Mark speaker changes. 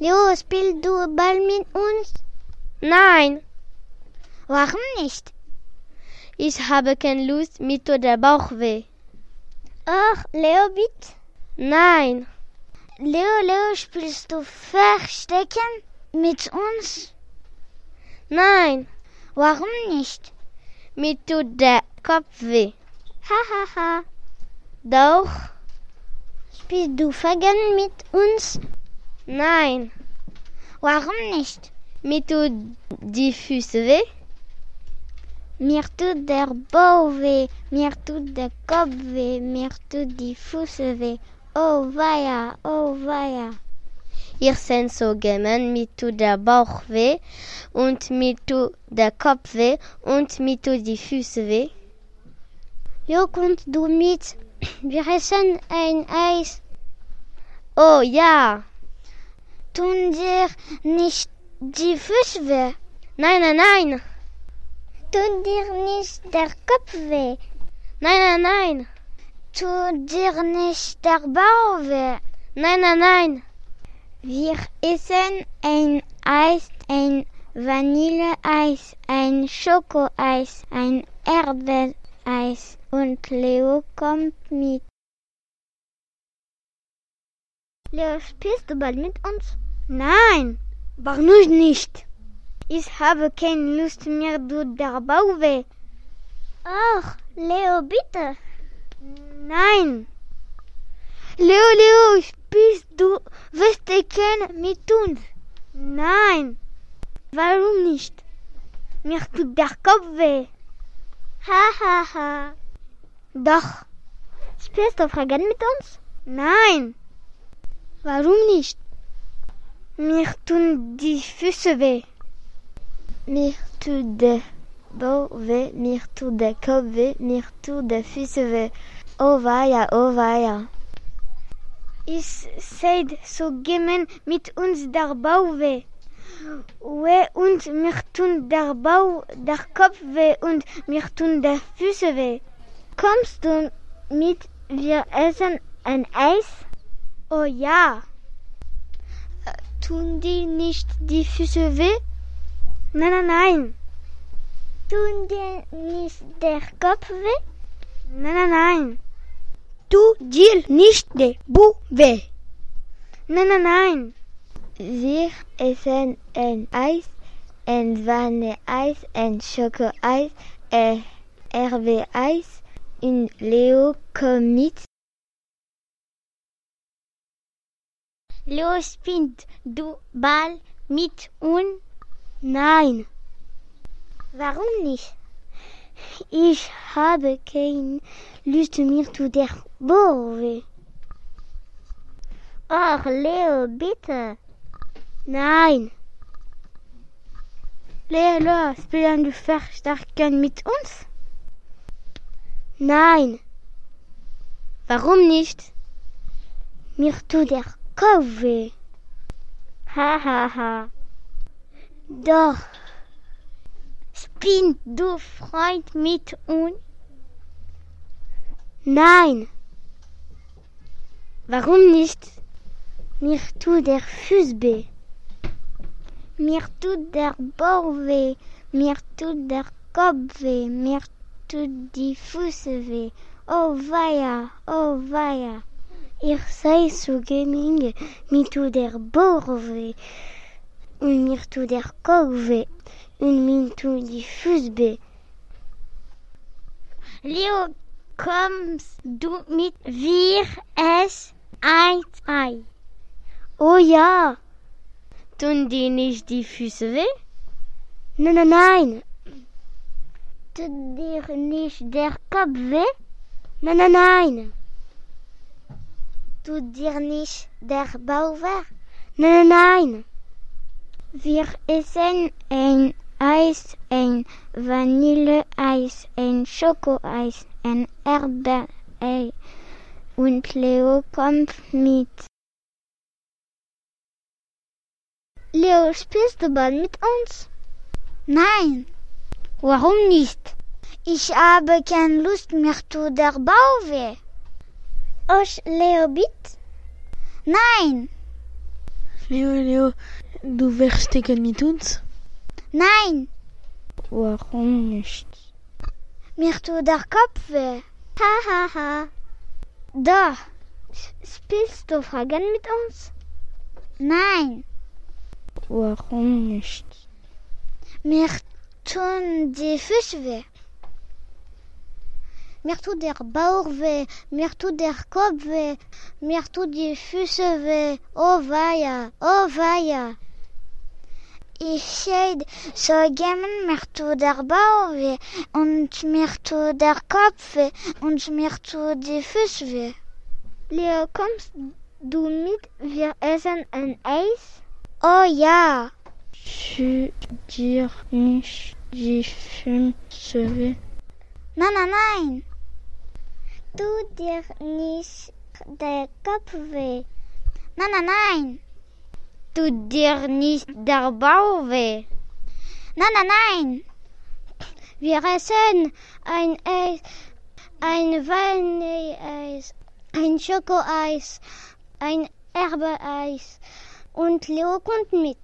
Speaker 1: Leo, spielst du Ball mit uns?
Speaker 2: Nein,
Speaker 1: Warum nicht?
Speaker 2: ich habe keine Lust mit oder Bauchweh.
Speaker 1: Ach, Leo, bitte.
Speaker 2: Nein,
Speaker 1: Leo, Leo, spielst du Verstecken mit uns?
Speaker 2: nein,
Speaker 1: Warum nicht?
Speaker 2: mir tut der Kopf weh.
Speaker 1: Hahaha. Ha, ha.
Speaker 2: Doch,
Speaker 1: Spielst du Fangen mit uns?
Speaker 2: nein,
Speaker 1: Warum nicht?
Speaker 2: mir tut die Füße weh.
Speaker 1: Mir tut der Bauch weh, mir tut der Kopf weh, mir tut die Füße weh. Oh weia, oh weia.
Speaker 2: Ihr seid so gemein, mir tut der Bauch weh und mir tut der Kopf weh und mir tut die Füße weh.
Speaker 1: Leo, kommt du mit? Wir essen ein Eis.
Speaker 2: Oh ja,
Speaker 1: Tun dir nicht die Füße weh.
Speaker 2: nein, nein, nein,
Speaker 1: Tut dir nicht der Kopf weh.
Speaker 2: nein, nein, nein,
Speaker 1: Tut dir nicht der Bauch weh.
Speaker 2: nein, nein, nein.
Speaker 1: Wir essen ein Eis, ein Vanilleeis, ein Schokoeis, ein Erdbeereis und Leo kommt mit. Leo, spielst du bald mit uns? Nein, warum nicht? Ich habe keine Lust mehr, du der Bauweh. Ach, Leo, bitte. Nein. Leo, Leo, spielst du Westecken mit uns? Nein. Warum nicht? Mir tut der Kopf weh. Ha, ha, ha. Doch. Spielst du Fragen mit uns? Nein. Warum nicht? Mir tun die Füße weh. Mir tut der Bauch weh, mir tut der Kopf weh, mir tut der Füße weh. Oh weia, oh weia. Ich seid so gemein mit uns der Bau weh. Weh und mir tun der Bau, der Kopf weh und mir tun der Füße weh. Kommst du mit, wir essen ein Eis? Oh ja. Äh, Tun dir nicht die Füße weh? Nein, nein, nein. Tun dir nicht der Kopf weh? Nein, nein, nein. Du dir nicht der Bube. Nein, nein, nein. Wir essen ein Eis, ein Vanilleeis, ein Schokoeis, ein Herbeeis und Leo kommt mit. Leo spinnt du Ball mit und nein. Warum nicht? Ich habe kein Lust mir zu der Bove. Ach, Leo, bitte. Nein. Leo, Leo, spielen du Verstärken mit uns? Nein,
Speaker 2: Warum nicht?
Speaker 1: mir tut der Kopf weh. Ha, ha, ha. Doch. Spinnt du Freund mit uns? Nein.
Speaker 2: Warum nicht?
Speaker 1: Mir tut der Fuß weh. Mir tut der Bauch weh. Mir tut der Kopf weh. Mir tut die Füße weh. Oh weia, oh weia. Ich sei so geming. Mir tut der Bauch weh. Und mir tut der Kopf weh. Und mir tut die Füße weh. Leo, kommst du mit? Wir es eins ein. Oh ja,
Speaker 2: Tun die nicht die Füße weh?
Speaker 1: nein, nein, nein. Tut dir nicht der Kopf weh? Nein, nein, nein. Tut dir nicht der Bauch weh? Nein, nein, nein. Wir essen ein Eis, ein Vanilleeis, ein Schokoeis, ein Erdbeereis. Und Leo kommt mit. Leo, spielst du Ball mit uns? Nein. Warum nicht? Ich habe keine Lust mehr zu der Bauweh. Och, Leo, bitte? Nein.
Speaker 3: Leo, Leo, du wirst sticken mit uns?
Speaker 1: Nein,
Speaker 3: Warum nicht?
Speaker 1: mir tut der Kopf weh. Ha ha ha. Da, s- spielst du Fragen mit uns? Nein,
Speaker 3: Warum nicht?
Speaker 1: mir tun die Füße weh. Mir tut der Bauch weh, mir tut der Kopf weh, mir tut die Füße weh. Oh weia, oh weia. Ich sehe so gern, mir tut der Bauch weh und mir tut der Kopf weh und mir tut die Füße weh. Leo, kommst du mit? Wir essen ein Eis? Oh ja,
Speaker 3: Je dir nicht die Füße weh.
Speaker 1: nein, nein, nein. Tut dir nicht der Kopf weh. Nein, nein, nein.
Speaker 2: Tut dir nicht der Bauch weh?
Speaker 1: Nein, nein, nein. Wir essen ein Eis, ein Vanilleeis, ein Schokoeis, ein Herbeeis. Und Leo kommt mit.